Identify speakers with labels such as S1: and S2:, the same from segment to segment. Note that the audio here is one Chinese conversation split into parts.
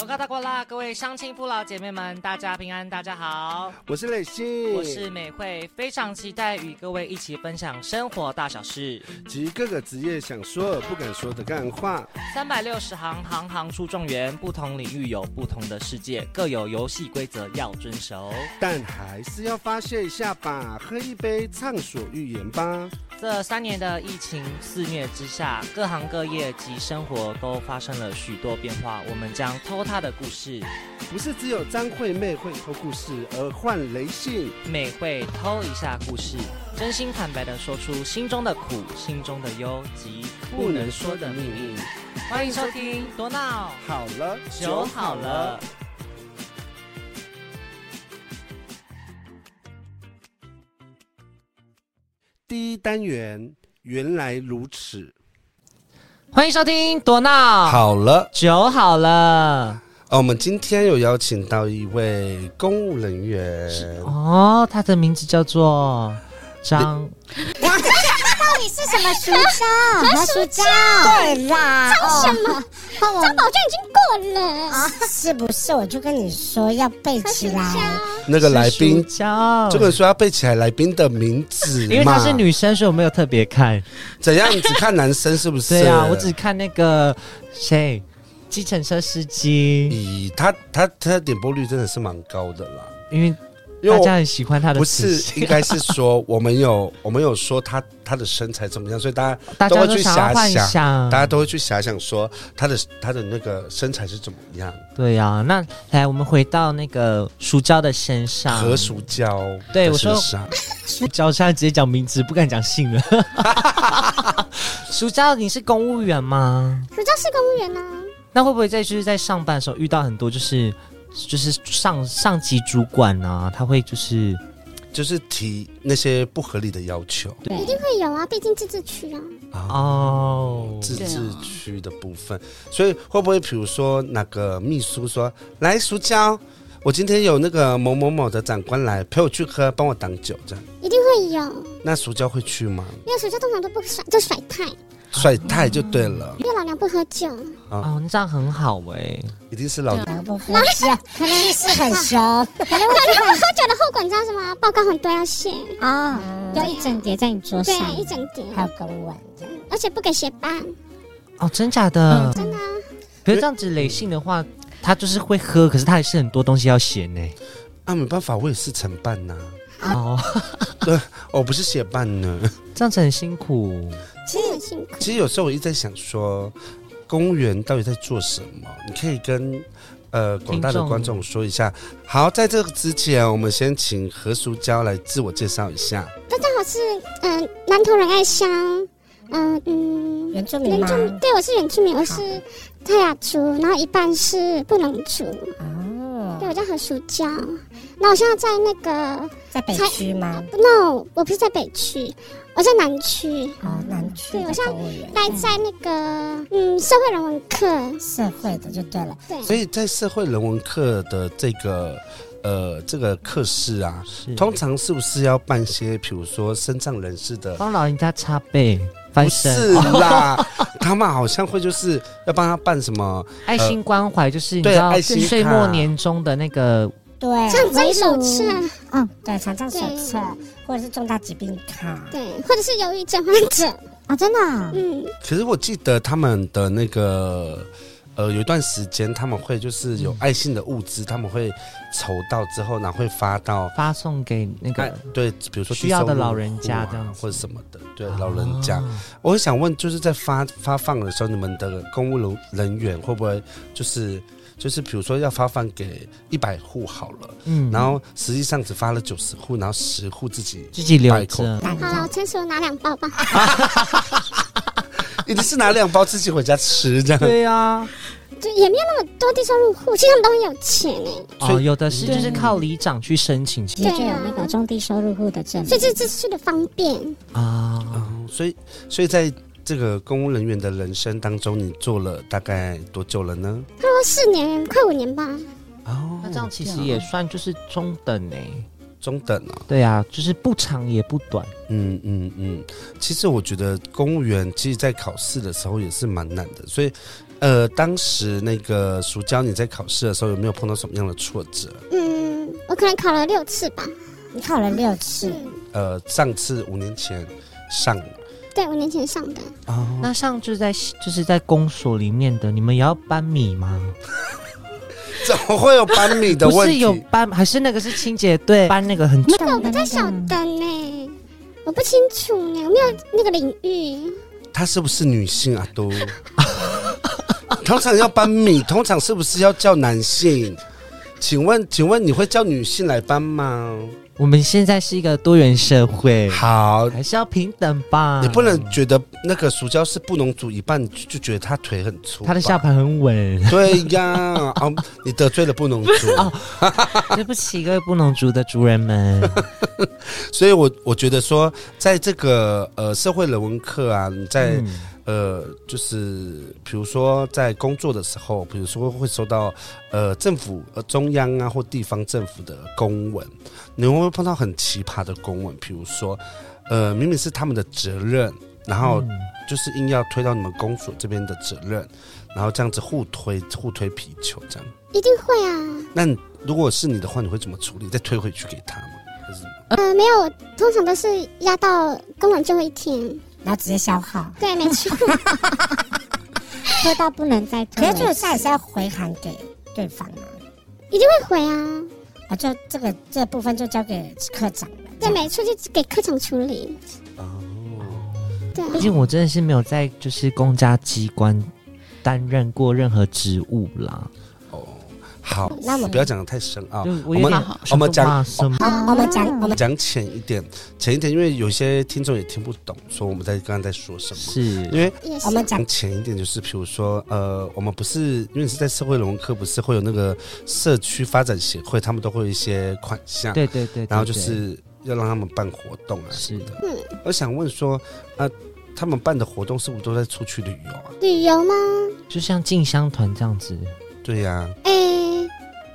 S1: 罗嘎大过啦，各位乡亲父老姐妹们，大家平安，大家好，
S2: 我是磊鑫，
S1: 我是美惠，非常期待与各位一起分享生活大小事
S2: 及各个职业想说而不敢说的干话。
S1: 三百六十行，行行出状元，不同领域有不同的世界，各有游戏规则要遵守，
S2: 但还是要发泄一下吧，喝一杯畅所欲言吧。
S1: 这三年的疫情肆虐之下，各行各业及生活都发生了许多变化。我们将偷他的故事，
S2: 不是只有张惠妹会偷故事，而换雷信
S1: 美会偷一下故事，真心坦白的说出心中的苦、心中的忧及不能说的秘密。欢迎收听《多闹
S2: 好了，
S1: 酒好了》。
S2: 第一单元原来如此。
S1: 欢迎收听《多闹
S2: 好了，
S1: 酒好了
S2: 哦我们今天有邀请到一位公务人员，》
S1: 哦，他的名字叫做张，
S3: 到底是什么暑假？何暑假？对啦，
S4: 张什么？
S3: 哦
S4: 张宝卷已经过了。
S3: 啊，是不是？我就跟你说要背起来。
S2: 那个来宾
S1: 是。叫
S2: 哎这个说要背起来来宾的名字嘛，
S1: 因为她是女生，所以我没有特别看。
S2: 怎样？只看男生是不是？
S1: 对啊，我只看那个谁，计程车司机，
S2: 以他他他的点播率真的是蛮高的啦，
S1: 因为
S2: 嗯因为
S1: 大家
S2: 我
S1: 很喜欢他的
S2: 不
S1: 词
S2: 是
S1: 性，
S2: 应该是说我们有我们有说他他的身材怎么样，所以大家
S1: 大家
S2: 都
S1: 都
S2: 会去
S1: 想要
S2: 遐
S1: 幻
S2: 想
S1: 想。
S2: 大家都会去遐想说他的他的那个身材是怎么样，
S1: 对呀、啊，那来我们回到那个熟娇的身上，
S2: 何熟娇
S1: 啊对
S2: 的
S1: 我说
S2: 身上
S1: 熟娇现在直接讲名字，不敢讲姓 了。熟娇，你是公务员吗？
S4: 暑假是公啊务员呢、
S1: 那会不会在就是在上班的时候遇到很多就是就是上上级主管啊，他会就是
S2: 就是提那些不合理的要求，
S4: 一定会有啊，毕竟自治区啊。
S2: 啊。
S1: 哦，
S2: 自治区的部分，所以会不会比如说哪个秘书说来熟娇，我今天有那个某某某的长官来陪我去喝，帮我挡酒这样？
S4: 一定会有，
S2: 那熟娇会去吗？
S4: 因为暑假通常都不甩，就甩太，
S2: 甩太就对了，
S4: 因为老娘不喝 酒。
S1: 哦，那这样很好哎、
S2: 一定是老娘
S3: 然后不喝酒，可能是很凶
S4: 可能我觉得喝酒的后果，你知道什么？报告很多要写，
S3: 啊，
S4: 哦
S3: 要一整叠在你桌
S4: 对
S3: 上，，
S4: 一整叠，
S3: 还有公文这样。
S4: 而且不给写班，
S1: 哦，真假的？
S4: 真的啊、
S1: 可是这样子累性的话，他就是会喝，可是他还是很多东西要写呢。
S2: 啊，没办法，我也是承办呐、
S1: 哦，
S2: 我不是协办呢。
S1: 这样子很辛苦。
S4: 真的很辛苦。
S2: 其实有时候我一直在想说，公务员到底在做什么？你可以跟呃广大的
S1: 听众
S2: 观众说一下。好，在这个之前，我们先请何淑娇来自我介绍一下。
S4: 大家好，我是嗯、南投人爱乡，嗯嗯，
S3: 原住民
S4: 原
S3: 吗
S4: 住？民，对我是原住民，我是泰雅族，然后一半是布农族，
S3: 哦，
S4: 对我叫何淑娇。那我现在在那个
S3: 在北区吗？
S4: No，我不是在北区，我在南区，
S3: 哦，南区
S4: 对我
S3: 的
S4: 像
S3: 公务员，
S4: 待在那个嗯社会人文课。
S3: 社会的就对了。
S4: 对，
S2: 所以在社会人文课的这个呃这个课室啊，
S1: 是
S2: 通常是不是要办些，比如说身障人士的
S1: 帮老人家擦背、翻
S2: 不是
S1: 身、
S2: 啦，他们好像会就是要帮他办什么，
S1: 爱心关怀，就是你知
S2: 对
S1: 道
S2: 爱心
S1: 岁
S2: 卡
S1: 末年终的那个
S3: 对，
S4: 像这
S3: 围
S4: 手
S3: 炉
S4: 册，
S3: 嗯，对，残障手册
S4: 对
S3: 或者是重大疾病卡
S4: 对，或者是忧郁症患者，
S3: 啊，真的啊
S4: 嗯，
S2: 可是我记得他们的那个。呃，有一段时间他们会就是有爱心的物资，他们会筹到之后，然后会发到
S1: 发送给那
S2: 哎
S1: 个
S2: 对，比如说
S1: 需要的
S2: 低收入户啊
S1: 老人家这样子
S2: 或者什么的，对老人家。
S1: 哦
S2: 我想问，就是在发发放的时候，你们的公务人人员会不会就是就是比如说要发放给一百户好了，
S1: 嗯
S2: 然后实际上只发了九十户，然后十户自己
S1: 自己留
S2: 百口
S1: 着。
S3: 难
S4: 好了，我牵手拿两包吧。
S2: 一定是拿两包自己回家吃这样。
S1: 对啊，
S4: 就也没有那么多低收入户，其实他们都很有钱哎、
S1: 哦，
S2: 所以
S1: 有的是就是靠里长去申请
S3: 也就有那个中低收入户的证明
S4: 啊所以。这这是的方便。
S1: 啊。
S2: 嗯所以所以在这个公务人员的人生当中，你做了大概多久了呢？
S4: 他说四年，快五年吧。
S2: 哦
S1: 那这样其实也算就是中等呢，欸
S2: 中等啊。
S1: 对啊，就是不长也不短。
S2: 嗯嗯嗯，其实我觉得公务员其实，在考试的时候也是蛮难的，所以，呃，当时那个暑假你在考试的时候有没有碰到什么样的挫折？
S4: 嗯，我可能考了六次吧。
S3: 你考了六次，
S4: 嗯，
S2: 呃，上次五年前 上
S4: 对，五年前上的。
S2: 哦，
S1: 那上次在就是在公所里面的，你们也要搬米吗？
S2: 怎么会有班米的
S1: 不
S2: 问
S1: 是
S2: 题？
S1: 有搬，还是那个是清洁队搬那个很
S4: 那个我不太晓得呢，我不清楚呢，我没有那个领域。
S2: 她是不是女性啊？都 通常要搬米，通常是不是要叫男性？请问，请问你会叫女性来搬吗？
S1: 我们现在是一个多元社会，
S2: 好，
S1: 还是要平等吧？
S2: 你不能觉得那个薯胶是布农族一半，就就觉得他腿很粗吧，
S1: 他的下盘很稳。
S2: 对呀， 哦，你得罪了布农族，
S1: 哦对不起，各位布农族的族人们，
S2: 所以我我觉得说，在这个呃社会人文课啊，你在、
S1: 嗯
S2: 呃，就是比如说在工作的时候，比如说会收到呃政府、呃中央啊或地方政府的公文，你会碰到很奇葩的公文，比如说呃明明是他们的责任，然后
S1: 嗯
S2: 就是硬要推到你们公所这边的责任，然后这样子互推互推皮球这样。
S4: 一定会啊，
S2: 那你如果是你的话，你会怎么处理？再推回去给他吗？还是
S4: 呃，没有，通常都是压到公完最后一天。
S3: 然后直接消耗。
S4: 对，没 错，
S5: 喝到不能再喝
S3: 可是这个赛也是要回函给对方啊，
S4: 一定会回啊。
S3: 啊，就这个这部分就交给科长了。
S4: 对，没错，就给科长处理。哦，
S1: 毕
S4: 对，
S1: 竟我真的是没有在就是公家机关担任过任何职务啦。
S2: 哦，好，
S3: 那我们
S2: 不要讲的太深啊奥、
S1: 就我
S2: 我
S1: 有
S2: 们
S1: 点
S2: 我们讲哦
S1: 想说哇什么？
S3: 好，我们讲我们
S2: 讲浅一点，浅一点，因为有些听众也听不懂，说我们在刚刚在说什么。因
S1: 是
S2: 为
S4: 也是
S3: 我。们讲
S2: 讲浅一点，就是比如说，呃，我们不是因为你是在社会人文科，不是会有那个社区发展协会，他们都会有一些款项，
S1: 对对对对，
S2: 然后就
S1: 对
S2: 是要让他们办活动啊什
S1: 是
S2: 么的。我想问说，啊、他们办的活动是不是都在出去旅游啊？
S4: 旅游吗？
S1: 就像进香团这样子，
S2: 对呀、
S4: 哎、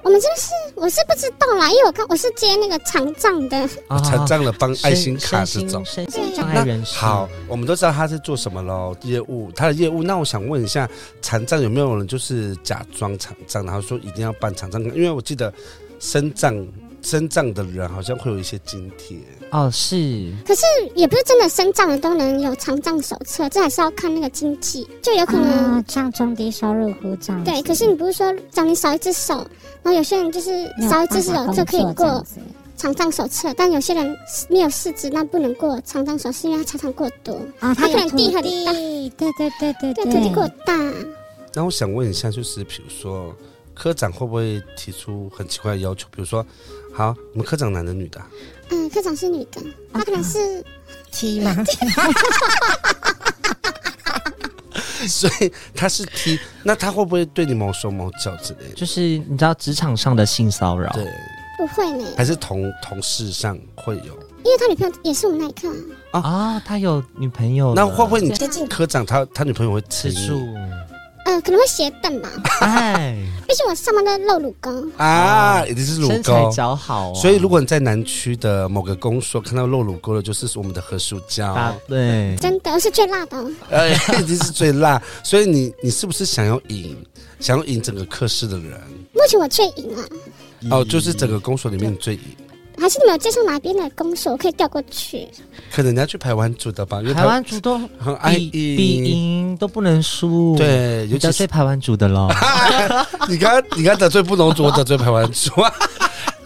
S4: 我们这边是我是不知道啦，因为我刚我是接那个长账的，
S2: 我残障了帮
S1: 身
S2: 哦爱心卡这种。
S1: 啊身
S4: 这
S1: 心
S4: 样
S1: 障碍人士
S2: 好，我们都知道他是做什么喽，业务，他的业务。那我想问一下，残障有没有人就是假装残障，然后说一定要办残障？因为我记得身障身障的人好像会有一些津贴。
S1: 哦，是
S4: 可是也不是真的身障的都能有长账手册，这还是要看那个经济，就有可能、
S5: 啊，像中低收入户这样子。
S4: 对。可是你不是说长你少一只手，然后有些人就是
S5: 没有
S4: 少一只
S5: 办法
S4: 手
S5: 工
S4: 就可以
S5: 作这样
S4: 过
S5: 子
S4: 长账手册，但有些人没有四肢，那不能过长账手册，是因为他常常过多，
S5: 啊，
S4: 他
S5: 他
S4: 可能
S5: 有
S4: 地
S5: 地
S4: 很大
S5: 地，对对对对
S4: 对，土地过大。
S2: 那我想问一下，就是比如说科长会不会提出很奇怪的要求？比如说，好，你们科长男的女的啊、
S4: 嗯，科长是女的，她可能是
S3: 踢嘛，
S2: 所以他是 T，那他会不会对你毛手毛脚之类的？
S1: 就是你知道职场上的性骚扰，
S2: 对，
S4: 不会呢，
S2: 还是同同事上会有？
S4: 因为他女朋友也是我们那一刻啊，
S1: 啊，他有女朋友了，
S2: 那会不会你
S3: 接近
S2: 科长他他女朋友会吃
S1: 吃
S2: 你
S1: 醋？
S4: 呃，可能会斜瞪吧，
S1: 哎，
S4: 毕竟我上班都露乳沟，
S2: 啊，一定 是乳
S1: 身材
S2: 沟。
S1: 姣好哦，
S2: 所以，如果你在南区的某个公所看到露乳沟的，就是我们的何树胶，
S1: 答啊对，
S4: 真的我是最辣的、哦。
S2: 哎， 一定是最辣。所以你，你是不是想要赢，想要赢整个课室的人？
S4: 目前我最赢啊，
S2: 哦，就是整个公所里面最赢，
S4: 还是你们有介绍哪边的公所我可以调过去？
S2: 可能人家去排湾组的吧，因为
S1: 台
S2: 台湾
S1: 湾族都
S2: 很爱
S1: 必必
S2: 赢。
S1: 赢都不能输，，
S2: 哎对，
S1: 你
S2: 尤其
S1: 得
S2: 是
S1: 罪台湾族的喽，
S2: 你刚刚你刚得罪不农族，我得罪排湾族，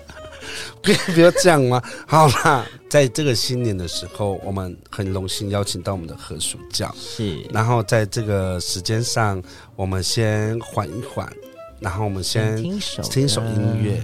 S2: 不要不要这样嘛。好啦，在这个新年的时候，我们很荣幸邀请到我们的何暑教，
S1: 是
S2: 然后在这个时间上，我们先缓一缓，然后我们先
S1: 听首
S2: 听一首音乐。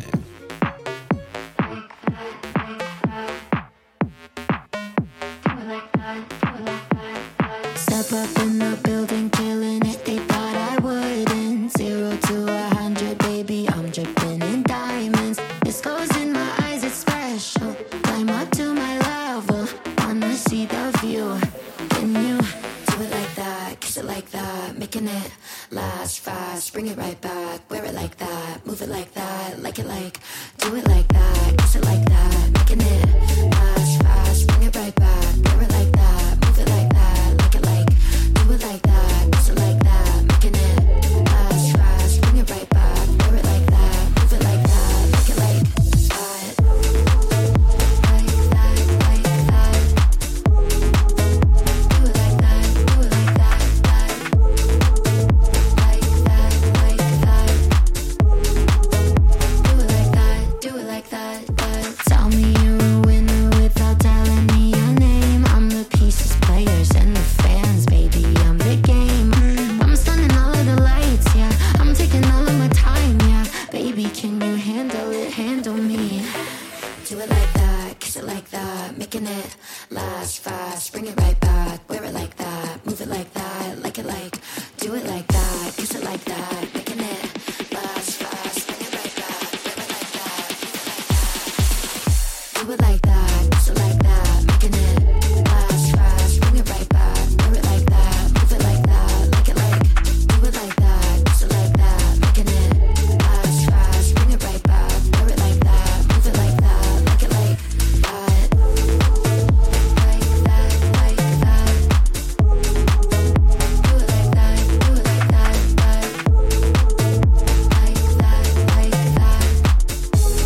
S6: Step up in the building, killing it. They thought I wouldn't. Zero to a hundred, baby, I'm dripping in diamonds. This goes in my eyes, it's special. Climb up to my level, wanna see the view. Can you do it like that? 'Cause
S5: sit like that, making it last fast. Bring it right back, wear it like that, move it like that, like it like, do it like that, kiss it like that, making it last fast. Bring it right back, wear it like that, move it like that, like it like, do it like that, kiss it like that, making it last fast. Bring it right back, wear it like that, move it like that, like it like that, like that, like that. Do it like that, do it like that, that. Like that, like that. Do it like that, do it like that, that. Tell me you're a winner without telling me your name. I'm the pieces, players, and the fans, baby. I'm the game. I'm stunning all of the lights, yeah. I'm taking all of my time, yeah. Baby, can you handle it? Handle me. Do it like that, kiss it like that, making it last fast. Bring it right back, wear it like that, move it like that, like it like. Do it like that, kiss it like that, making it last fast. Bring it right back, wear it like that, move it like that. Do it like that, kiss it like that, making it last fast. Bring it right back, wear it like that, move it like that, like it like. Do it like that, kiss it like that, making it last fast. Bring it right back, wear it like that, move it like that, like it like that. Like that, like that. Do it like that, do it like that, that. Like that, like that.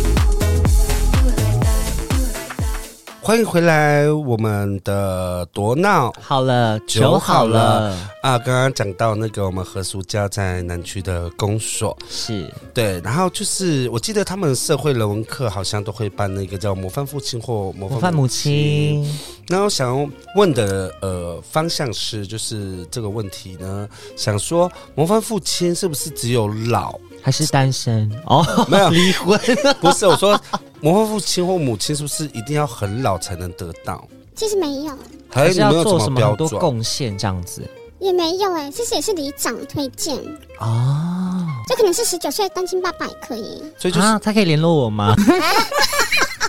S5: Do it like that, do it like that.
S2: 欢迎回来，我们的夺闹
S1: 好了，
S2: 酒
S1: 酒
S2: 好
S1: 好
S2: 了
S1: 了，
S2: 啊，刚刚讲到那个我们何淑家在南区的公所，
S1: 是
S2: 对，然后就是我记得他们社会人文课好像都会办那个叫模范父亲或模
S1: 模范母亲，
S2: 然后想要问的呃方向是，就是这个问题呢，想说模范父亲是不是只有老？
S1: 还是单身哦，
S2: 没有
S1: 离婚，
S2: 不是，我说模范父亲或母亲是不是一定要很老才能得到？
S4: 其实没有，
S2: 还
S1: 是
S2: 哎
S1: 要
S2: 有你没有
S1: 做什
S2: 什么
S1: 么
S2: 标
S1: 很多
S2: 准？
S1: 贡献这样子
S4: 也没有哎、其实也是里长推荐，
S1: 哦。
S2: 啊
S4: 就可能是十九岁的单亲爸爸也可以。
S2: 所以就是、
S1: 啊，他可以联络我吗？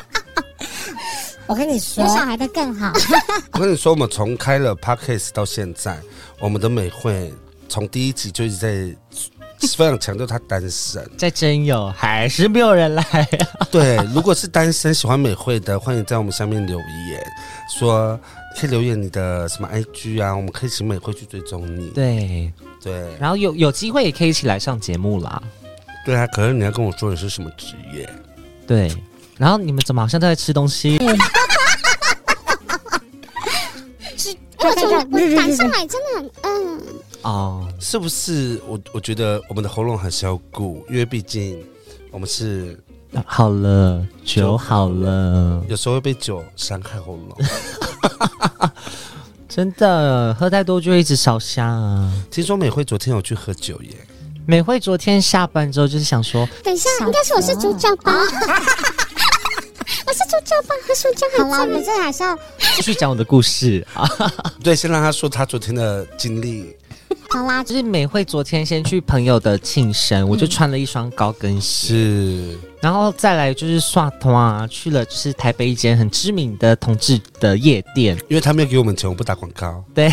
S3: 我跟你说，
S4: 有
S3: 有
S4: 小
S3: 小孩的更好。
S2: 我跟你说，我们从开了 podcast 到现在，我们的美惠从第一集就一直在非常强调她单身。
S1: 在真有还是没有人 来？
S2: 对，如果是单身喜欢美惠的，欢迎在我们下面留言，说可以留言你的什么 IG 啊，我们可以请美惠去追踪你。
S1: 对，
S2: 对
S1: 然后有有机会也可以一起来上节目啦。
S2: 对啊，可是你要跟我说你是什么职业？
S1: 对，然后你们怎么好像都在吃东西？
S3: 对
S4: 哎、我从
S3: 对对
S4: 我打上来真的很嗯，
S1: 哦，
S2: 是不是我？我觉得我们的喉咙很小骨，因为毕竟我们是
S1: 好了，酒好了，
S2: 有时候会被酒伤害喉 咙。
S1: 真的喝太多就会一直烧瞎啊。
S2: 听说美惠昨天有去喝酒耶，
S1: 美惠昨天下班之后就是想说，
S4: 等一下，应该是我是主角吧？ 我是主角吧？和暑假
S3: 好
S4: 很
S3: 了，我
S4: 赞
S3: 们这还是要
S1: 继续讲我的故事啊。
S2: 对，先让她说她昨天的经历。
S3: 好啦，
S1: 就是美惠昨天先去朋友的庆生，我就穿了一双高跟鞋，
S2: 是
S1: 然后再来就是刷团啊，去了就是台北一间很知名的同志的夜店，
S2: 因为她没有给我们钱，我不打广告。
S1: 对。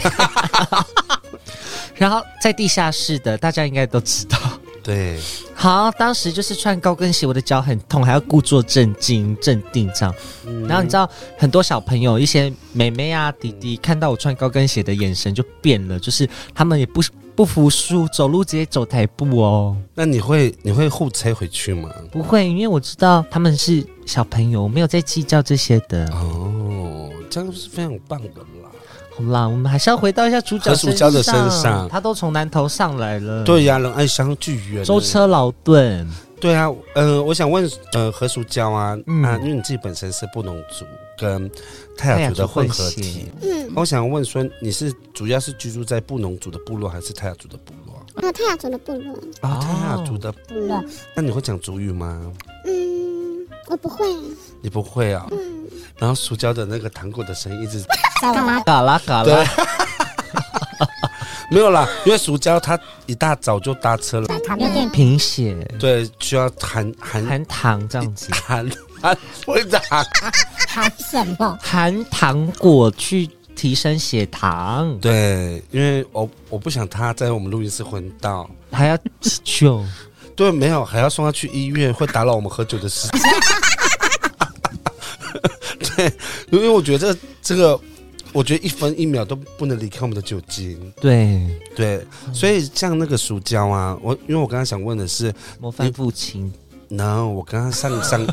S1: 然后在地下室的，大家应该都知道。
S2: 对，
S1: 好，当时就是穿高跟鞋，我的脚很痛，还要故作镇静、镇定这样。
S2: 嗯
S1: 然后嗯你知道，很多小朋友、一些妹妹啊、弟弟，看到我穿高跟鞋的眼神就变了，就是他们也不不服输，走路直接走台步哦。
S2: 那你会你会互猜回去吗？
S1: 不会，因为我知道他们是小朋友，我没有在计较这些的。
S2: 哦，这样是非常棒的啦。
S1: 好啦，我们还是要回到一下主角
S2: 何主角的身上
S1: 他都从南头上来了。
S2: 对呀、人爱相聚远。
S1: 舟车劳顿，
S2: 对啊，嗯、我想问，呃，何淑娇啊，
S1: 嗯
S2: 啊，因为你自己本身是布农族跟泰雅族的混合
S1: 泰雅族混
S2: 体
S1: 血，
S4: 嗯，
S2: 我想问说，你是主要是居住在布农族的部落，还是泰雅族的部落？
S4: 还有哦泰雅族的部落，
S1: 哦
S2: 啊、泰雅族的部落，那你会讲族语吗？
S4: 嗯，我不会，
S2: 你不会啊、然后淑娇的那个糖果的声音一直
S3: 在我们
S1: 嘎啦嘎啦
S2: 对， 没有啦，因为淑娇她一大早就搭车了，
S3: 旁 边店
S1: 贫血、
S2: 对，需要含含
S1: 含糖这样子，
S2: 含含，我讲
S3: 喊什么？
S1: 含糖果去提升血糖，
S2: 对，因为我我不想他在我们录音室昏倒。
S1: 还要酒。
S2: 对，没有，还要送他去医院，会打扰我们喝酒的时间。 对，因为我觉得这个，我觉得一分一秒都不能离开我们的酒精。
S1: 对，
S2: 对，所以像那个薯胶啊，我因为我刚刚想问的是
S1: 模范父亲。
S2: ，no，我刚刚上上，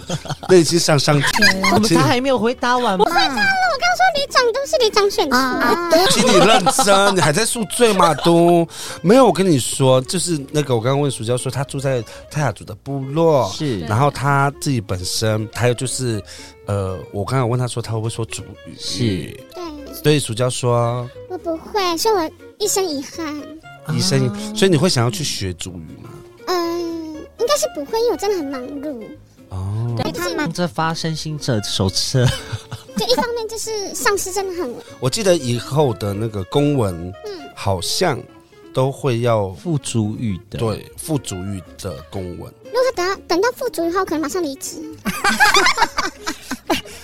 S2: 那已经上上题
S1: 我
S2: 了，
S1: 们
S2: 请
S1: 他还没有回答完吗？
S4: 我刚说里长都是里长选出
S5: 啊
S4: 的，
S2: 请你认真，你还在宿醉吗？都没有，我跟你说，就是那个我刚刚问薯胶说，他住在泰雅族的部落，
S1: 是
S2: 然后他自己本身，还有就是，呃，我刚才问他说他会不会说主语，
S1: 是，
S4: 对
S2: 所以暑假说
S4: 我不会，所以我一生遗憾。
S2: 医生，所以你会想要去学主语吗？
S4: 嗯，应该是不会，因为我真的很忙碌。
S2: 哦，
S5: 对他们
S1: 忙着发身心者手册，
S4: 就一方面就是上司真的很
S2: 我记得以后的那个公文，
S4: 嗯
S2: 好像都会要
S1: 附主语的，，
S2: 对附主语的公文，
S4: 如果他等到等到副主以后，可能马上离职。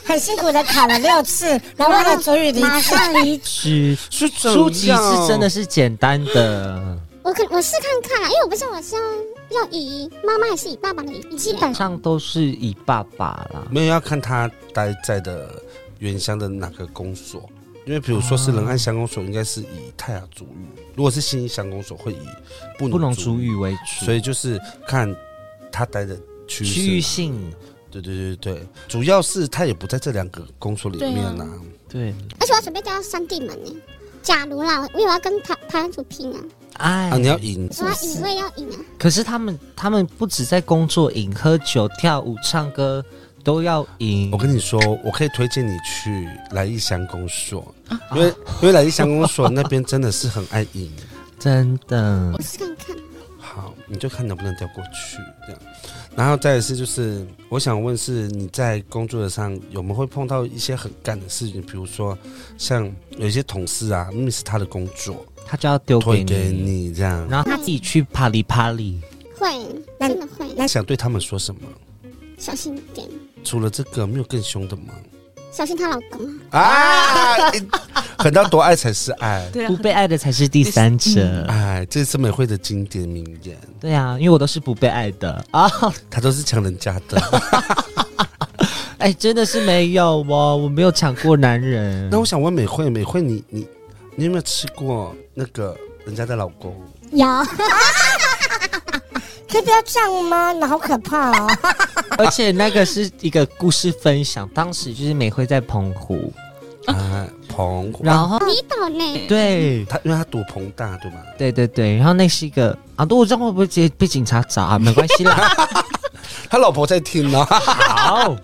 S5: 很辛苦的考了六次，然后为了主语离
S3: 马
S5: 职，
S3: 上离职，
S1: 是
S2: 是
S1: 书籍是真的是简单的，
S4: 我可我试看看啊啦，因为我不知道我是要要以妈妈还是以爸爸的基本。
S1: 上都是以爸爸啦，
S2: 没有要看他待在的原乡的哪个公所，因为比如说是仁爱乡公所，应该是以泰雅族语；如果是新义乡公所，会以布
S1: 不
S2: 农
S1: 能
S2: 族
S1: 主语为主，
S2: 所以就是看他待的区域是
S1: 区域
S2: 哪
S1: 性
S2: 对对对对，主要是他也不在这两个工作里面啊呐、
S1: 对，啊
S4: 而且我要准备调到三地门呢。假如啦，我因为我要跟台台湾组拼啊，
S1: 哎
S2: 啊。你要赢，
S4: 我要赢，我也要赢啊。
S1: 可是他们他们不止在工作赢、喝酒、跳舞、唱歌都要赢
S2: 我。跟你说，我可以推荐你去来义乡公所，
S1: 啊
S2: 因为因为来义乡公所那边真的是很爱赢。
S1: 真的
S4: 我，试看看。
S2: 好，你就看能不能调过去这样。然后再来是就是，我想问是你在工作上有没有会碰到一些很干的事情，比如说像有一些同事啊，明明是他的工作
S1: 他就要丢
S2: 推
S1: 给
S2: 给
S1: 你，
S2: 你这样，
S1: 然后他自己去啪里啪里。
S4: 会，
S5: 那
S4: 真的会，
S2: 想对他们说什么？
S4: 小心一点，
S2: 除了这个，没有更凶的吗？
S4: 小心她老公啊。
S2: 啊，一狠到多爱才是爱。
S1: 不被爱的才是第三者。
S2: 哎，这是美惠的经典名言，
S1: 对啊，因为我都是不被爱的啊！
S2: 她都是抢人家 的。
S1: 哎，真的是没有哦，我没有抢过男 人
S2: 那。我想问美惠，美惠你你你有没有吃过那个人家的老公？
S5: 有。 可以不要这样吗？那好可怕哦！
S1: 而且那个是一个故事分享，当时就是美惠在澎湖，
S2: 啊，澎湖，
S1: 然后
S4: 你懂呢？
S1: 对
S2: 她哎因为她赌澎大对吗？
S1: 对对对，然后那是一个啊，我这样会不会直接被警察找啊？没关系啦，
S2: 她老婆在听呢。
S1: 好，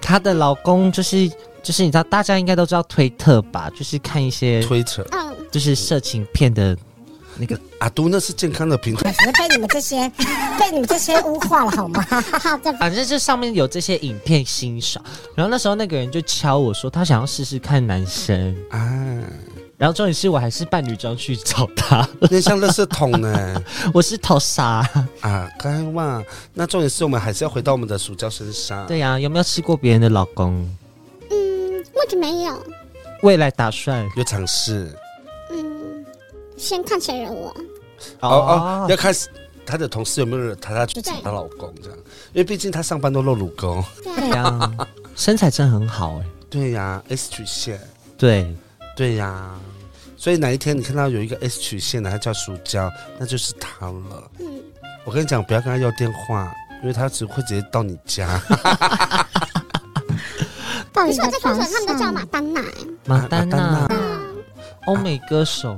S1: 她的老公就是就是你知道，大家应该都知道推特吧，就是看一些
S2: 推扯
S4: 嗯，
S1: 就是色情片的那个，
S2: 阿都那是健康的平台，
S5: 只是被你们这些被你们这些污化了好吗？
S4: 好的。
S1: 反正啊这上面有这些影片欣赏。然后那时候那个人就敲我说，他想要试试看男生，
S2: 啊，
S1: 然后重点是我还是扮女装去找他，
S2: 那像垃圾桶呢？
S1: 我是头傻。
S2: 啊，该忘。那重点是我们还是要回到我们的薯胶身上。
S1: 对呀、有没有吃过别人的老公？
S4: 嗯，目前没有。
S1: 未来打算
S2: 有尝试
S4: 嗯，先看谁惹我。
S2: 哦哦，要看她的同事有没有惹她，她去找她老公这样，因为毕竟她上班都露乳沟。
S4: 对
S1: 这
S4: 啊，
S1: 样身材真很好哎、
S2: 对呀、s 曲线，
S1: 对，
S2: 对呀、所以哪一天你看到有一个 S 曲线的，她叫塑胶，那就是她了。
S4: 嗯，
S2: 我跟你讲，不要跟她要电话，因为她只会直接到你 家。
S5: 到
S4: 可
S5: 底
S4: 是我在公所他们都叫我马丹娜欸。
S1: 马丹
S2: 马
S1: 娜
S2: 丹，
S1: 欧美歌手，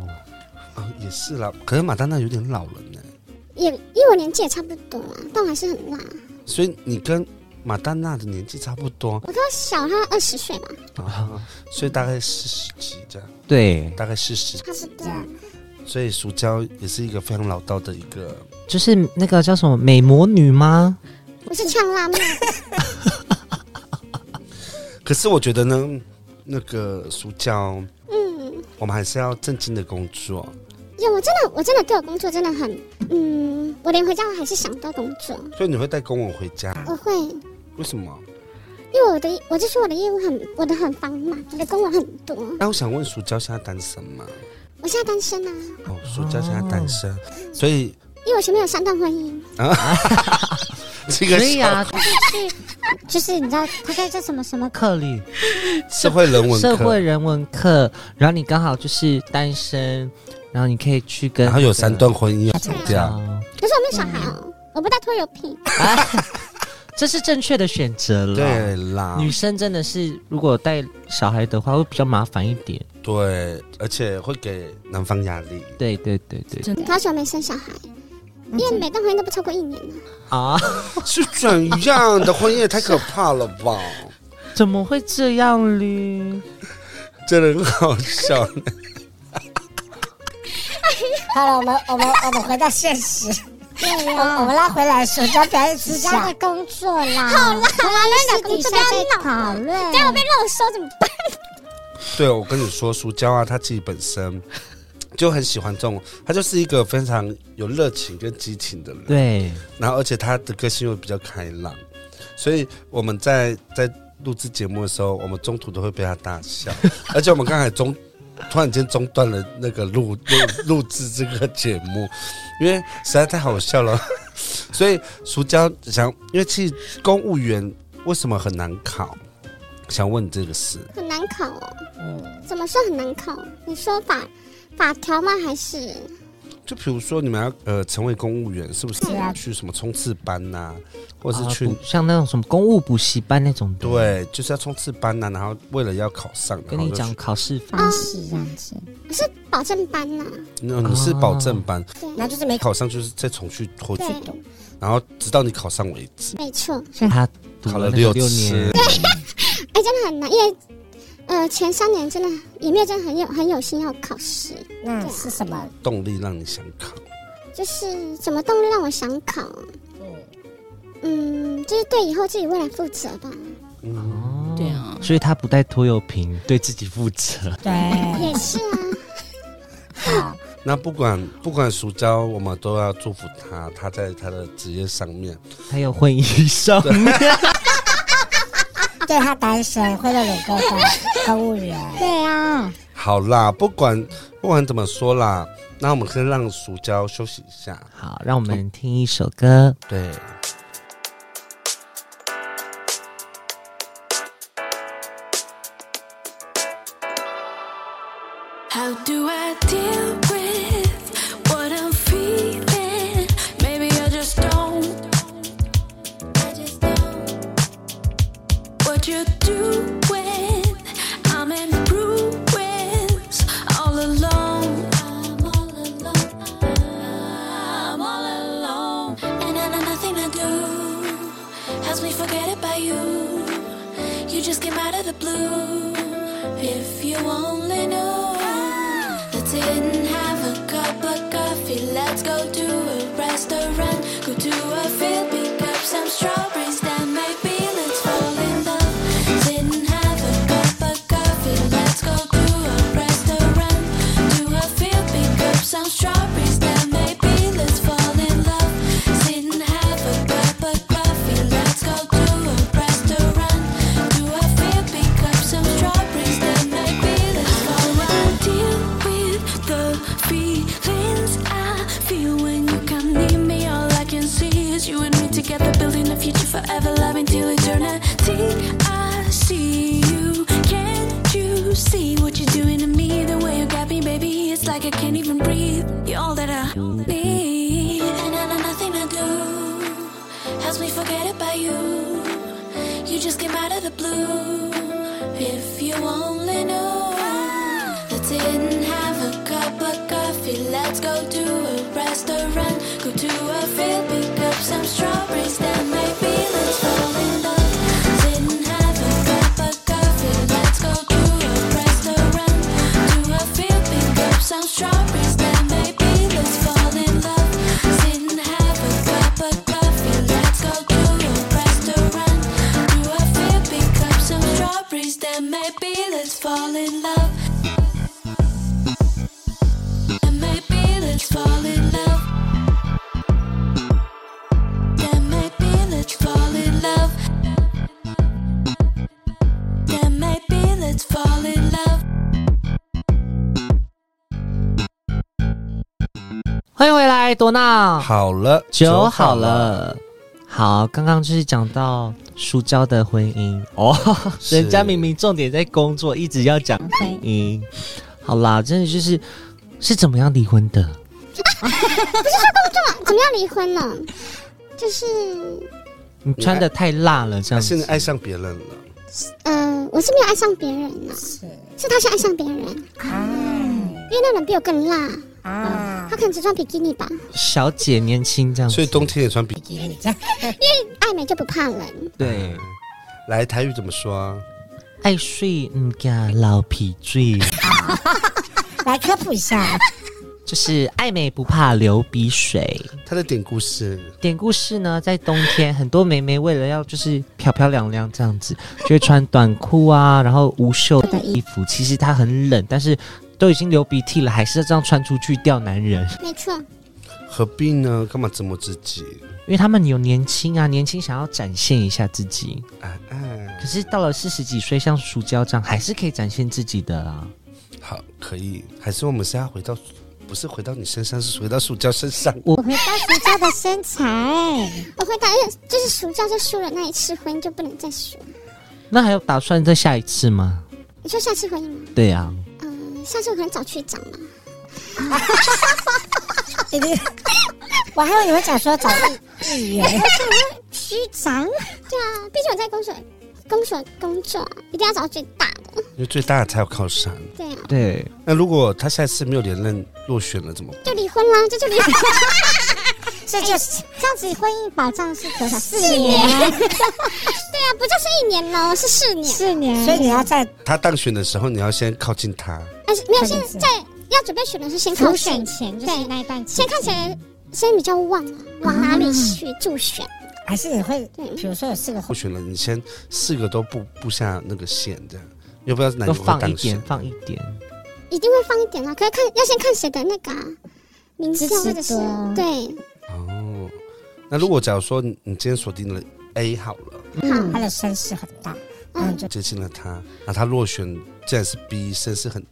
S2: 啊，也是啦，可是马丹娜有点老了呢，
S4: 也因为我年纪也差不多啊，但我还是很辣。
S2: 所以你跟马丹娜的年纪差不多，
S4: 我跟我小他二十岁吧，
S2: 啊、 所以大概四十几这样，
S1: 对，
S2: 大概四十。
S4: 差不多。
S2: 所以塑胶也是一个非常老道的一个。
S1: 就是那个叫什么美魔女吗？
S4: 我是呛辣妹，
S2: 可是我觉得呢，那个塑胶，
S4: 嗯，
S2: 我们还是要正经的工作。
S4: 有我真的我真的对我工作真的很，嗯，我连回家我还是想到工作，
S2: 所以你会带公文回家？
S4: 我会
S2: 为什么？
S4: 因为我的我就说我的业务很我的很繁忙，我的工作很多。
S2: 那我想问，暑假现在单身吗？
S4: 我现在单身啊，
S2: 哦，暑假现在单身，
S1: 哦
S2: 所以
S4: 因为我前面有三段婚姻，
S2: 这个
S1: 所以啊，
S4: 就是你知道大概叫什么什么
S1: 克里
S2: 社会人文
S1: 社会
S2: 课，
S1: 人文课，然后你刚好就是单身，然后你可以去跟
S2: 然后有三段啊
S1: 婚
S2: 婚姻要暑
S1: 哦
S2: 假，
S4: 可是我没有小孩哦，我不大拖油瓶。
S1: 这是正确的选择了。
S2: 对啦，
S1: 女生真的是，如果带小孩的话，会比较麻烦一点。
S2: 对，而且会给男方压力。
S1: 对对对对
S3: 嗯
S4: 好久没生小孩，因为每段婚姻都不超过一年了。
S1: 啊！
S2: 是怎样的婚姻也太可怕了 吧？
S1: 怎么会这样哩？
S2: 真的很好笑。
S5: 好了，我们我们我们回到现实，我我们拉回来，暑假不要一直
S3: 家
S5: 想
S3: 的，工作 啦。好了，好了，私底下再讨论。
S4: 但啊我被肉收怎么办？
S2: 对，我跟你说，苏娇啊，她自己本身 就很喜欢这种，她就是一个非常有热情跟激情的人。
S1: 对，
S2: 然后而且他的个性又比较开朗，所以我们在在录制节目的时候，我们中途都会被他大笑， 而且我们刚才中突然间中断了那个录 录录制这个节目，因为实在太好笑了， 所以暑假想，因为其实公务员为什么很难考？想问你这个事，
S4: 很难考哦。
S3: 嗯
S4: 怎么说很难考？你说法法条吗？还是
S2: 就比如说你们要呃成为公务员，是不是
S5: 是啊
S2: 去什么冲刺班呐、或者是
S1: 啊
S2: 去
S1: 补像那种什么公务补习班那种的。，
S2: 对，就是要冲刺班呐、然后为了要考上，
S1: 跟
S2: 然
S1: 你
S2: 后就
S1: 讲
S2: 去，
S1: 考试法，
S5: 放弃放弃，
S4: 哦是保证班啊呢、
S2: 那你
S1: 啊
S2: 是保证班，
S5: 然后就是
S3: 哎
S5: 没考
S2: 考上就是再重去拖去
S4: 对
S2: 读，然后直到你考上为止，
S4: 没错。
S1: 他读
S2: 考
S1: 了那
S2: 六
S1: 个六年
S2: 次，，
S4: 哎、真的很难，因为呃前三年真的也没有真的很有很有心要考试，
S5: 那是什么？
S2: 动力让你想考。
S4: 就是什么动力让我想考？啊嗯，就是对以后自己未来负责吧，
S7: 对啊，
S1: 所以他不带拖油瓶，对自己负 责。
S5: 对，
S4: 也是啊。
S5: 好，
S2: 那不管不管暑假，我们都要祝福他，他在他的职业上面，
S1: 还有婚姻上面，
S5: 对他单身，会了乳沟的公务员，
S3: 对啊，
S2: 好啦，不管不管怎么说啦，那我们可以让暑假休息一下，
S1: 好，让我们听一首歌。
S2: 对。
S6: How do I deal with what I'm feeling? Maybe I just don't. I just don't. What you're doing, I'm in ruins, all alone. I'm all alone. I'm all alone, and I know nothing to do. Helps me forget about you. You just came out of the blue. If you only knew that didn't have a cup of coffee, let's go to a restaurant. Go to a field, pick up some strawberries, then maybe let's fall in love. Didn't have a cup of coffee, let's go to a restaurant. To a field, pick up some strawberries, then maybe let's fall in love. Didn't have a cup of coffee, let's go to a restaurant. Do I feel pick up some strawberries that might be the I deal with the feelings I feel when you come near me. All I can see is you and me together, building a future forever, loving till eternity. I see you. Can't you see what you're doing to me? The way you got me, baby, it's like I can't even breathe. You're all that I need, and I know nothing to do. Helps me forget about you. You just came out of the blue. If you only knew that didn't have a cup of coffee, let's go to a restaurant, go to a field, pick up some strawberries, then maybe let's fall in love. Didn't have a cup of coffee, let's go to a restaurant, to a field, pick up some strawberries, then maybe let's fall in love. Didn't have a cup of coffee, let's go to a restaurant. Do I feel pick up some strawberries? Then maybe let's fall in love. And maybe let's fall in love. Then
S1: 爱多闹，
S2: 好了，
S1: 酒好，了。好，刚刚就是讲到舒娇的婚姻哦，
S2: 是
S1: 人家明明重点在工作，一直要讲婚姻。好啦，真的就是是怎么样离婚的？
S4: 怎么样离婚呢？就是，
S1: 你穿的太辣了，这
S2: 他
S1: 样
S2: 啊现
S1: 子
S2: 在爱上别人了，
S4: 呃，我是没有爱上别人呐、是他先爱上别人，因为那人比我更辣，哦他可能只穿比基尼吧，
S1: 小姐年轻这样子，
S2: 所以冬天也穿比基尼。
S4: 爱美就不怕冷，
S1: 对
S2: 来，台语怎么说啊？
S1: 爱睡嗯噶老皮醉，
S5: 来科普一下，
S1: 就是爱美不怕流鼻水。
S2: 他的典故是
S1: 典故事呢，在冬天，很多妹妹为了要就是漂漂亮亮这样子，就会穿短裤啊，然后无袖的衣服。其实它很冷，但是都已经流鼻涕了，还是要这样穿出去吊男人，
S4: 没错，
S2: 何必呢？干嘛折磨自己？
S1: 因为他们有年轻啊，年轻想要展现一下自己。
S2: 啊啊，
S1: 可是到了四十几岁，像熟娇这样，还是可以展现自己的啊。
S2: 好，可以。还是我们现在回到，不是回到你身上，是回到塑胶身上。
S5: 我回到暑假的身 材，
S4: 我回答，因为就是暑假就输了那一次婚姻就不能再输。
S1: 那还有打算再下一次吗？
S4: 你说下次婚姻吗？
S1: 对啊，
S4: 嗯、下次我可能找区长了。
S5: 我还有你会讲说找议议员，
S4: 区长？对啊，毕竟我在公所，公所工作一定要找最大的。
S2: 因为最大的才有靠山。
S4: 对啊，
S1: 对，
S2: 那如果他下一次没有连任落选了怎么办？
S4: 就离婚啦，这就离婚。
S5: 这就是
S3: 这样子婚姻保障是多少？四
S5: 哎四年，
S4: 对啊，不就是一年喽？是四年，
S3: 四年
S5: 所以你要在
S2: 他当选的时候，你要先靠近他。
S4: 但哎是没有
S5: 看
S4: 现
S5: 你自己
S4: 在要准备选的是先
S3: 初
S4: 考
S3: 选前
S4: 选，
S3: 就
S4: 对
S3: 是那一段期
S4: 先
S3: 间，
S4: 看谁先比较旺啊，往哪里去助选？
S5: 还是你会
S4: 对，
S5: 比如说有四个
S2: 落选了，你先四个都布布下那个线，这样要不要哪
S1: 都
S2: 个会
S1: 放一
S2: 当
S1: 点
S2: 选？，
S1: 放一点。
S4: 一定会放一点啦。啊可是看要先看谁的那个、啊、名字
S3: 支持
S4: 或者是
S3: 度啊
S4: 对，
S2: 哦，那如果假如说你你今天锁定了 A 好了，
S5: 嗯他的声势很大，然后
S4: 嗯
S5: 你就
S2: 接近了他，那他落选竟然是 B，声势很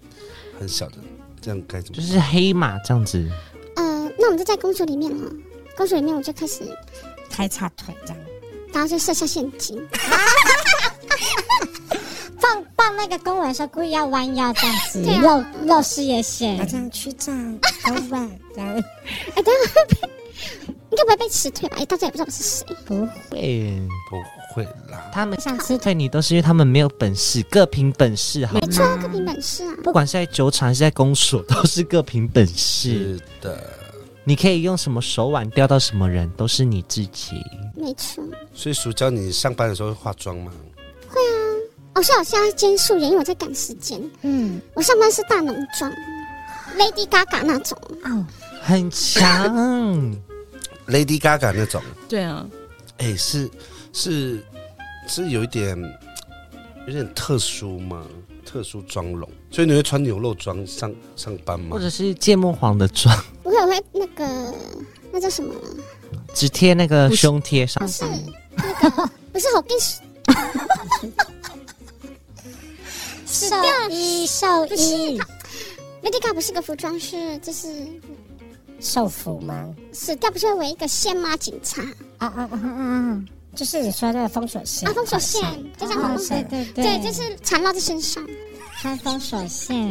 S2: 很小的，这样该怎么
S1: 就
S2: 办？
S1: 是黑马这样子，
S4: 呃，那我们就在公所里面了。公所里面我就开始，
S5: 开叉腿这样。
S4: 然后就设下陷阱。
S3: 放放那个公文的时候，故意要弯腰这样子，
S4: 对啊
S3: 露露事业线
S5: 那。这样区长、老板这样，
S4: 哎，等一下会被，应该不会被辞退吧？哎，大家也不知道我是谁。
S1: 对，
S2: 不会啦，
S1: 他们
S3: 想吃
S1: 辞退你都是因为他们没有本事，各凭本事好吗
S4: 没错啊，各凭本事啊。
S1: 不管是在酒厂还是在公所，都是各凭本事。
S2: 是的。
S1: 你可以用什么手腕钓到什么人，都是你自己。
S4: 没错。
S2: 所以暑假你上班的时候会化妆吗？
S4: 哦，所以我现在兼素颜，因为我在赶时间。
S3: 嗯，
S4: 我上班是大浓妆，Lady Gaga 那种。
S1: 很强，
S2: 嗯 Lady Gaga 那种，
S7: 对啊，
S2: 哎、是是是有一点有点特殊吗？特殊妆容，所以你会穿牛肉装上上班吗
S1: 或？者是芥末黄的妆，
S4: 我可能会那个那叫什么？啊
S1: 只贴那个胸贴上。
S4: 是那个不是好跟
S3: 兽医兽
S4: 不是
S3: 医，
S4: Lady Gaga 不是个服装，是就是
S5: 受服吗？
S4: 死掉不是会围一个线吗？警察
S3: 啊啊啊啊！
S5: 就是你说那个封锁线，
S4: 啊，封锁线，就像
S3: 啊
S4: 红
S3: 对
S4: 色。
S3: 对对，
S4: 对，就是缠绕在身上。
S3: 穿封锁线，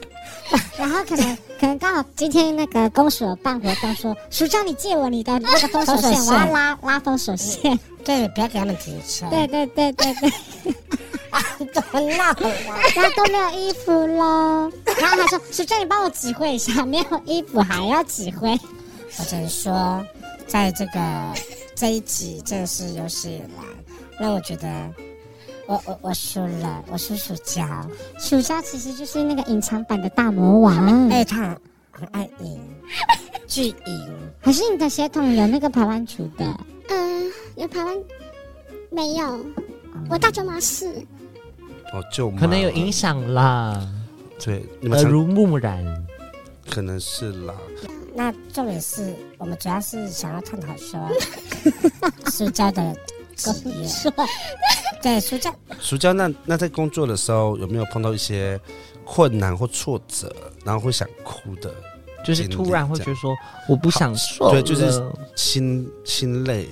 S3: 然后可能可能刚好今天那个公所办活动说，暑假你借我你的那个封锁
S5: 封锁
S3: 线，我
S5: 线
S3: 要拉拉封锁线。
S5: 对，不要给他们停车，
S3: 对对对对 对，
S5: 多闹啊！
S3: 然后都没有衣服喽。然后他说：“暑假你帮我指挥一下，没有衣服还要指挥。
S5: 我只能说，在这个这一集真的是有史以来，让我觉得我我我输了，我输暑假，”
S3: 暑假其实就是那个隐藏版的大魔王，
S5: 哎，他很爱赢，巨赢，
S3: 可是你的血统有那个排湾族的，
S4: 嗯，有台湾没有？
S3: 嗯
S4: 我大舅妈是，
S2: 哦，就
S1: 可能有呃影
S2: 响。
S1: 响啦，
S2: 嗯对，你们
S1: 耳
S2: 常
S1: 濡目染。
S2: 可能是啦。
S5: 那重点是我们主要是想要探讨 说暑假的职业，对暑假
S2: 暑假那那在工作的时候有没有碰到一些困难或挫折，然后会想哭的？
S1: 就是突然会觉得说我不想瘦
S2: 对就是
S1: 了
S2: 心心累，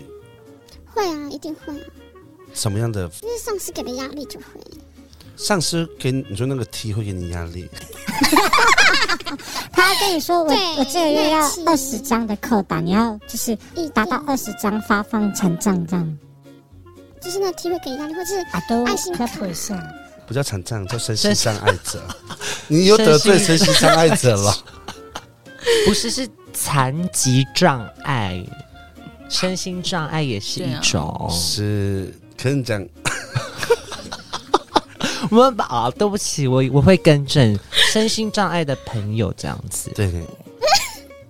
S4: 会啊，一定会啊，
S2: 什么样的
S4: 因为上司给的压力就会。
S2: 上司给你你说那个 T 会给你压力，
S3: 他跟你说我
S4: 对
S3: 我这个月要
S4: 那期
S3: 二十张的扣打，你要就是
S4: 一
S3: 达到二十张发放成账这样
S4: 就是那体会给压力，或是
S5: 啊，都
S4: 爱心
S5: 科
S4: 卡
S5: 普一下，
S2: 不叫惨障，叫身心障碍 者。你又得罪身
S1: 身
S2: 心障碍者了，
S1: 不是是残疾障碍，身心障碍也是一种。
S2: 啊是跟你讲，
S1: 我们把、啊，对不起，我我会更 正身心障碍的朋友这样子。
S2: 对，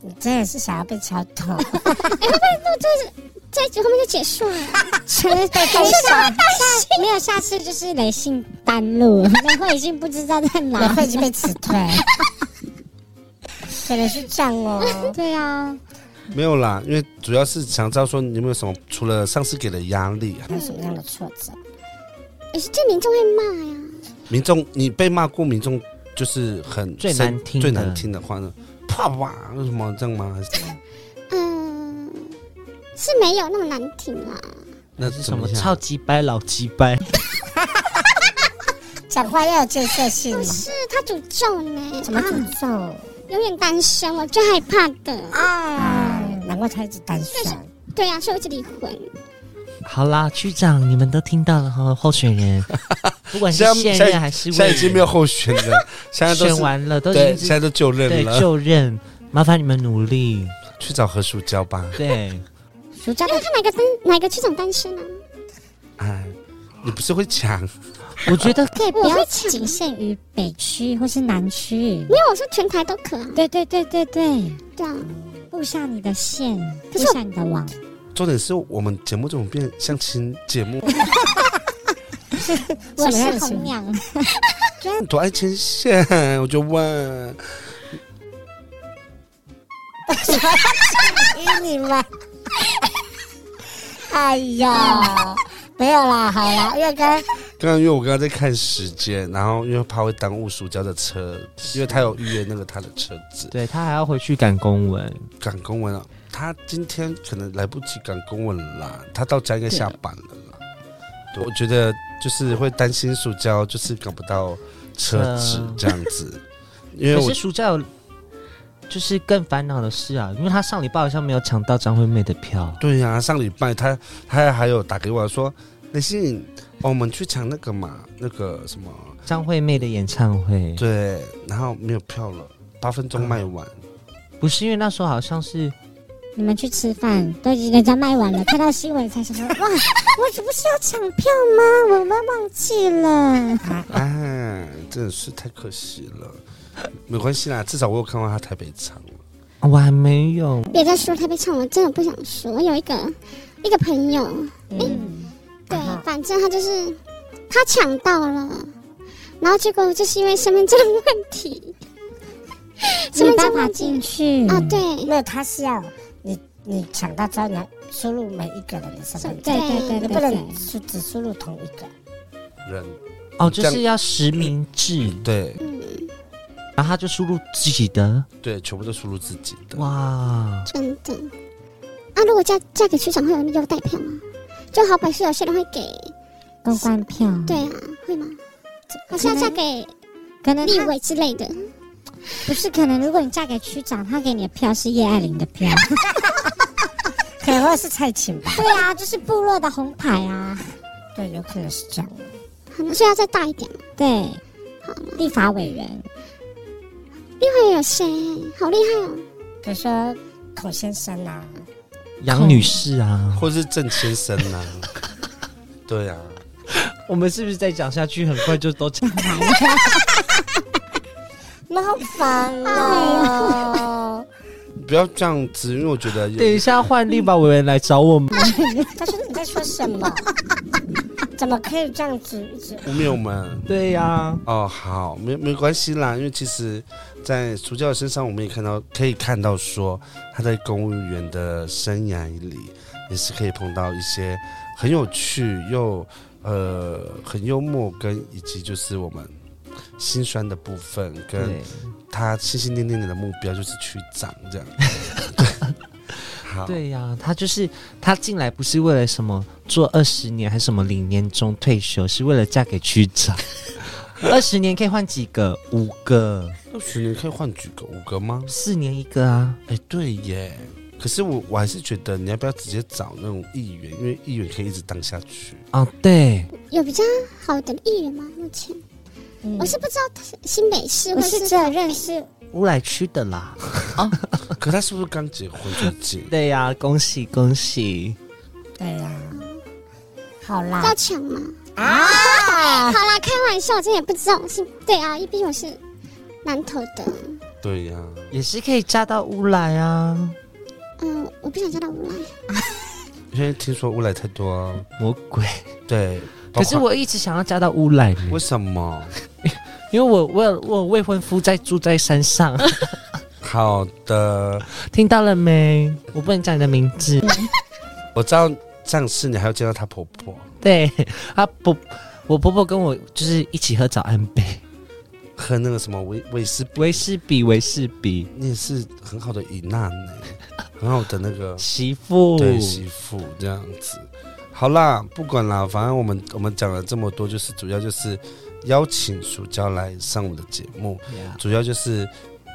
S5: 你真的是想要被敲 头，
S4: 在后面就结束了。
S3: 被封杀。下没有，下次啊就是雷信单 路，然后已经不知道在
S5: 然
S3: 哪。
S5: 后已经被辞退，可能是这样 哦。
S3: 对啊，
S2: 没有啦，因为主要是想知道说你有没有什么除了上司给的压力，
S5: 还有什么样的挫折？
S4: 也是这民众会骂呀，
S2: 民众你被骂过，民众就是很
S1: 最
S2: 生
S1: 难听
S2: 最
S1: 的
S2: 难听的话呢，啪哇，那什么这样吗？还是怎么样
S4: 嗯，是没有那么难听啦。
S2: 那
S1: 是
S2: 怎
S1: 什么
S2: 样
S1: 超级掰老鸡掰？
S5: 讲话要有建设性
S4: 不，是他诅咒呢，
S5: 什么
S4: 啊
S5: 诅咒
S4: 永远单身，我最害怕的。
S5: 啊？
S3: 嗯
S5: 难怪他一直单身。
S4: 对啊呀、所以我一直离婚。
S1: 好啦，区长，你们都听到了哈，候选 人，不管是
S2: 现在
S1: 现
S2: 现
S1: 任还是
S2: 现在已经没有
S1: 有
S2: 候选 了，现在都
S1: 选
S2: 是
S1: 完了，都
S2: 对，
S1: 已经
S2: 现在都就任
S1: 对
S2: 了，
S1: 就任，麻烦你们努力。
S2: 去找何树娇吧。
S1: 对，
S3: 暑假
S4: 那他哪个单哪个区长单身啊？
S2: 哎，你不是会抢？
S1: 我觉得
S3: 可以不
S4: 我
S3: 要
S4: 会抢啊
S3: 仅限于北区或是南区
S5: 嗯
S4: 没。有，我说全台都可啊。
S3: 对对对对对，
S4: 对啊，
S3: 布下你的线，布
S4: 可是
S3: 下你的网。
S2: 重点是我们节目怎么变相亲节目？
S3: 我
S5: 什么
S3: 是
S5: 样的情
S3: 红娘，
S2: 看多爱牵线，我就问，
S5: 逼你们！ 哎呀，没有啦，好啦，因为刚刚
S2: 刚刚因为我刚刚在看时间，然后因为怕会耽误暑假的车，因为他有预约那个他的车子
S1: 对他还要回去赶公文，
S2: 赶公文了。他今天可能来不及赶公文了啦，他到家应该下班了啦。对我觉得就是会担心暑假就是赶不到车子
S1: 车
S2: 这样子， 因为
S1: 嗯可
S2: 我
S1: 是暑假有就是更烦恼的事啊，因为他上礼拜好像没有抢到张惠妹的票。
S2: 对呀、上礼拜他他还有打给我说，雷信，哦我们去抢那个嘛，那个什么，
S1: 张惠妹的演唱会，
S2: 对，然后没有票了，八分钟卖完，
S1: 不是因为那时候好像是
S3: 你们去吃饭，都已经人家卖完了，看到新闻才想 到，哇，我这不是要抢票吗？我们忘记了。
S1: 嗯
S2: 哎，真的是太可惜了。没关系啦，至少我有看到他台北场了。
S1: 我还没有，
S4: 别再说台北唱，我真的不想说。我有一个一个朋友，对，反正他就是他抢到了，然后结果就是因为身份证的问 题，身
S3: 没
S4: 份
S3: 办
S4: 证
S3: 法
S4: 问题
S3: 进去
S4: 啊，对，
S5: 没有，他是要你你抢到之后，你要输入每一个人的身份
S3: 对
S5: 证，
S3: 对对
S5: 你
S3: 对
S5: 不
S3: 对对
S5: 能，输只输入同一个。
S2: 人
S1: 哦，就
S2: 这
S1: 是要实名制，
S2: 对
S4: 嗯，
S1: 然后他就输入自己的，
S2: 对，全部都输入自己的。
S1: 哇，
S4: 真的。啊，如果嫁嫁给区长会有优待票吗？就好歹是有些人会给，
S3: 公关票，
S4: 对啊，会吗？还是要嫁给
S3: 可能
S4: 立
S3: 他
S4: 委之类的？
S3: 不是，可能如果你嫁给区长，他给你的票是叶爱玲的票，
S5: 可能会是蔡琴吧？
S3: 对啊，就是部落的红牌啊，
S5: 对，有可能是这样。
S4: 好吗？所以要再大一点嘛。
S3: 对，立法委员，
S4: 另外有谁？好厉害哦！
S5: 比如说孔先生啊，
S1: 杨女士啊，
S2: 或是郑先生 啊，对啊，
S1: 我们是不是再讲下去很快就都讲完？
S5: 那好烦哦。
S2: 不要这样子，因为我觉得 有
S1: 等一下换立法委员来找我们，
S5: 他说你在说什么？怎么可以这样子一直？
S2: 没有们。
S1: 对呀、
S2: 哦，好，没没关系啦，因为其实，在苏教的身上，我们也看到，可以看到说，他在公务员的生涯里，也是可以碰到一些很有趣又呃很幽默，跟以及就是我们心酸的部分，跟
S1: 对，
S2: 他心心念念的目标就是区长这样。对，好，
S1: 对呀、他就是他进来不是为了什么做二十年还是什么领年终退休，是为了嫁给区 长。二十年可以换几个？五个，
S2: 二十年可以换几个？五个吗？
S1: 四年一个啊。
S2: 哎、对耶。可是我我还是觉得你要不要直接找那种议员，因为议员可以一直当下 去。
S1: 哦，对，
S4: 有比较好的艺人吗？目前我是不知道新北市
S3: 我
S4: 或
S3: 是
S4: 嗯是
S3: 只有认识
S1: 乌来区的啦。
S2: 可他是不是刚结婚最近？
S1: 对呀、恭喜恭喜！
S5: 对呀、好啦，
S4: 要抢吗？啊！ 好啦，开玩笑，我真的也不知道是对啊，毕竟我是南投的，
S2: 对呀、
S1: 也是可以嫁到乌来啊，
S4: 嗯，我不想叫他无赖。
S2: 因为听说乌来太多、啊。
S1: 魔鬼。
S2: 对，
S1: 可是
S2: 包括
S1: 我一直想要嫁到乌来呢，
S2: 为什么？
S1: 因为我我有我有未婚夫在住在山 上，
S2: 好的，
S1: 听到了没？我不能讲你的名字。
S2: 我知道上次你还有见到她婆婆，
S1: 对，啊婆，我婆婆跟我就是一起喝早安杯，
S2: 喝那个什么威威士，
S1: 维士比维士比
S2: 你也是很好的姨娜呢，很好的那个
S1: 媳妇，
S2: 对媳妇这样子。好啦，不管啦，反正我们我们讲了这么多，就是主要就是邀请暑娇来上我们的节目，
S1: 呀
S2: 主要就是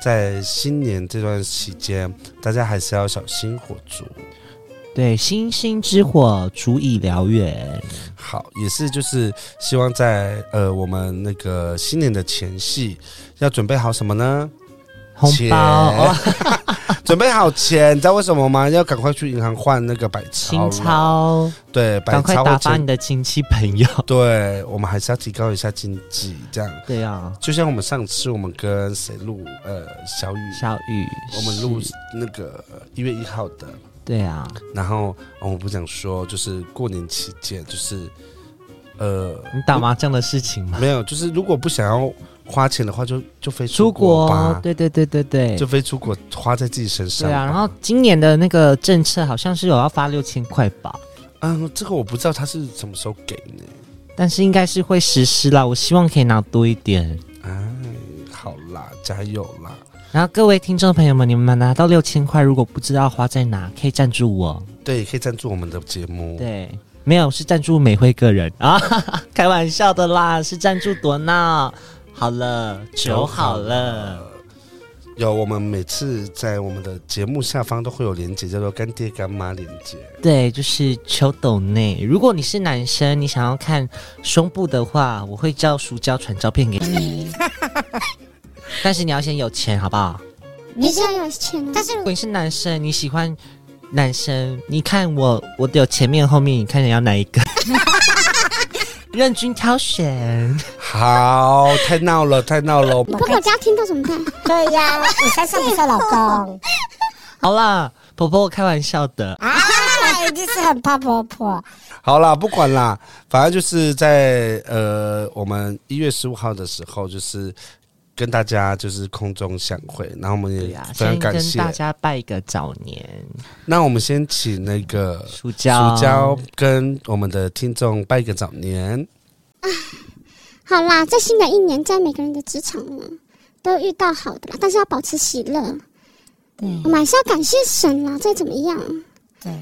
S2: 在新年这段期间，大家还是要小心火烛。
S1: 对，星星之火足以燎原。
S2: 好，也是就是希望在呃我们那个新年的前夕，要准备好什么呢？
S1: 红
S2: 钱
S1: 包、哦、
S2: 准备好钱，你知道为什么吗？要赶快去银行换那个百钞
S1: 新
S2: 了。
S1: 钞，
S2: 对，百
S1: 赶快
S2: 钞
S1: 打
S2: 或
S1: 发
S2: 钱。
S1: 你的亲戚朋友。
S2: 对，我们还是要提高一下经济，这样。
S1: 对啊，
S2: 就像我们上次我们跟谁录呃小雨，
S1: 小雨，
S2: 我们录
S1: 是
S2: 那个呃一月一号的，
S1: 对啊，
S2: 然后、哦、我不想说，就是过年期间，就是呃，
S1: 你打麻将的事情吗？
S2: 没有，就是如果不想要花钱的话，就就飞
S1: 出
S2: 国
S1: 国
S2: 吧，，
S1: 对对对对对
S2: 就，飞出国花在自己身上
S1: 对
S2: 吧。
S1: 啊。然后今年的那个政策好像是有要发六千块吧，
S2: 嗯，这个我不知道他是什么时候给呢。
S1: 但是应该是会实施啦。我希望可以拿多一点。
S2: 哎，好啦，加油啦！
S1: 然后各位听众朋友们，你们拿到六千块，如果不知道花在哪，可以赞助我。
S2: 对，可以赞助我们的节目。
S1: 对，没有是赞助美惠个人啊， 开玩笑的啦，是赞助多闹。好了，酒好了，
S2: 有，我们每次在我们的节目下方都会有连接，叫做“干爹干妈”连接。
S1: 对，就是秋斗内。如果你是男生，你想要看胸部的话，我会叫熟娇传照片给你，
S2: 嗯
S1: 但是你要先有钱，好不好？
S4: 你是要有钱啊，
S3: 但是
S1: 如果你是男生，你喜欢男生，你看我，我有前面后面，你看你要哪一个？ 任君挑选，
S2: 好，太闹了，太闹了！
S4: 婆婆家听到怎么办？
S5: 对呀、你身上不是有老公，
S1: 好啦，婆婆，我开玩笑的。
S2: 啊
S5: 那一定是很怕婆婆。
S2: 好啦，不管啦，反正就是在呃，我们一月十五号的时候，就是跟大家就是空中相会，然后我们
S1: 对
S2: 也
S1: 呀、
S2: 非常
S1: 先
S2: 感
S1: 跟
S2: 谢。
S1: 大家拜个早年，
S2: 那我们先请那个
S1: 暑假，
S2: 薯椒跟我们的听众拜个早年。
S4: 好啦，在新的一年，在每个人的职场呢，都遇到好的啦，但是要保持喜乐。
S5: 对
S4: 我们还是要感谢神啦，再怎么样，
S5: 对，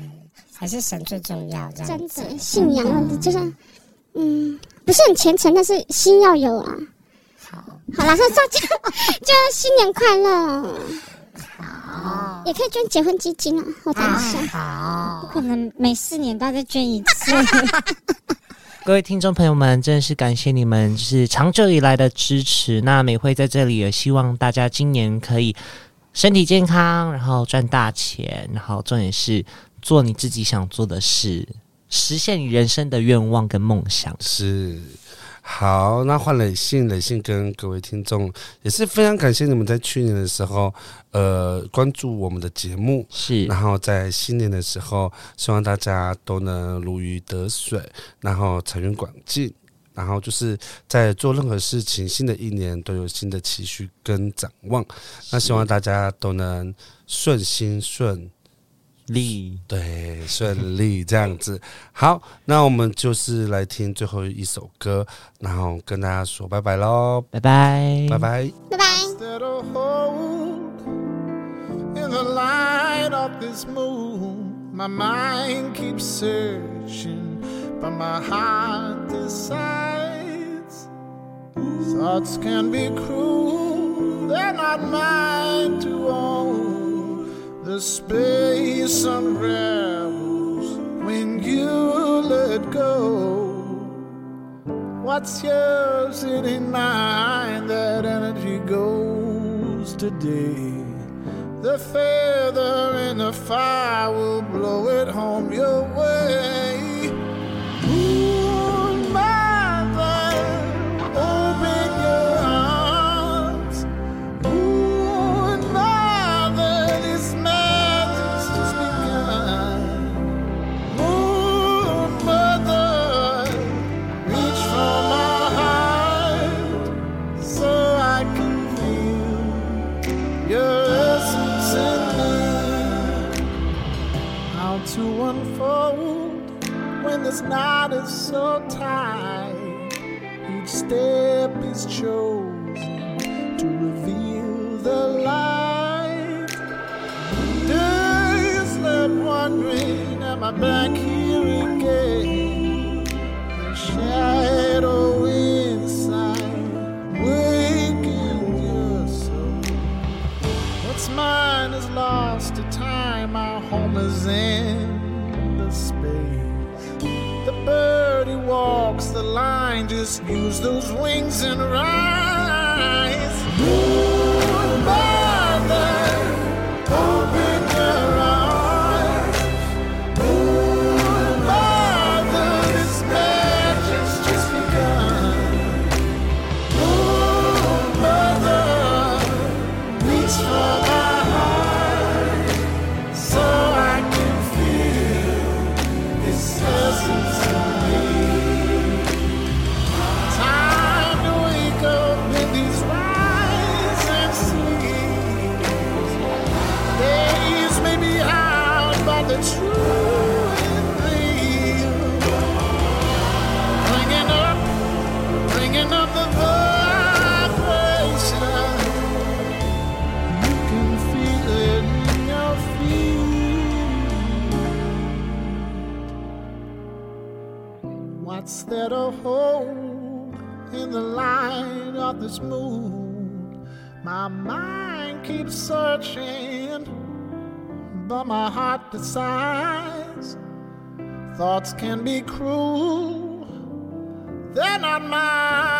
S5: 还是神最重要，这样
S4: 真的信仰了，就是，嗯，不是很虔诚，但是心要有啊。
S5: 好。
S4: 好啦，那大 家就新年快乐，
S5: 好，
S4: 也可以捐结婚基金啊，我等一下。
S5: 好，
S3: 可能每四年都要再捐一 次，
S1: 各位听众朋友们，真的是感谢你们，就是长久以来的支持。那美惠在这里也希望大家今年可以身体健康，然后赚大钱，然后重点是做你自己想做的事，实现你人生的愿望跟梦想。
S2: 是。好，那换磊信，磊信跟各位听众也是非常感谢你们在去年的时候，呃，关注我们的节目，
S1: 是
S2: 然后在新年的时候，希望大家都能如鱼得水，然后财源广进，然后就是在做任何事情，新的一年都有新的期许跟展望。那希望大家都能顺心顺
S1: 利，
S2: 对，顺利这样子。好，那我们就是来听最后一首歌，然后跟大家说拜拜喽，
S1: 拜拜，
S2: 拜。拜。
S4: 拜拜。
S8: that a hold in the light of this moon. My mind keeps searching, but my heart decides. Thoughts can be cruel, they're not mine to own. The space unravels when you let go. What's yours, it ain't mine. That energy goes today. The feather in the fire will blow it home your way. Moon mother, open your arms. Moon mother, this magic's just begun. Moon mother, reach for my heart so I can feel your essence in me. How to unfold when this knot is so tight. Each step is chosen to reveal the light. Days left wondering, am I back here again? shadow inside, waking your soul. What's mine is lost to time, our home is in the space. The bird he walks the line, just use those wings and rise. Moon mother, open your eyes. Moon mother, this magic's just begun. Moon mother, reach for my heart so I can feel this essence in me. Time to wake up in these rising seas. Days may be hard, but the truth is real. Bringing up, bringing up the vibration. You can feel it in your feet. What's there to hold in the light of this moon? My mind keeps searching, but my heart decides. Thoughts can be cruel, they're not mine.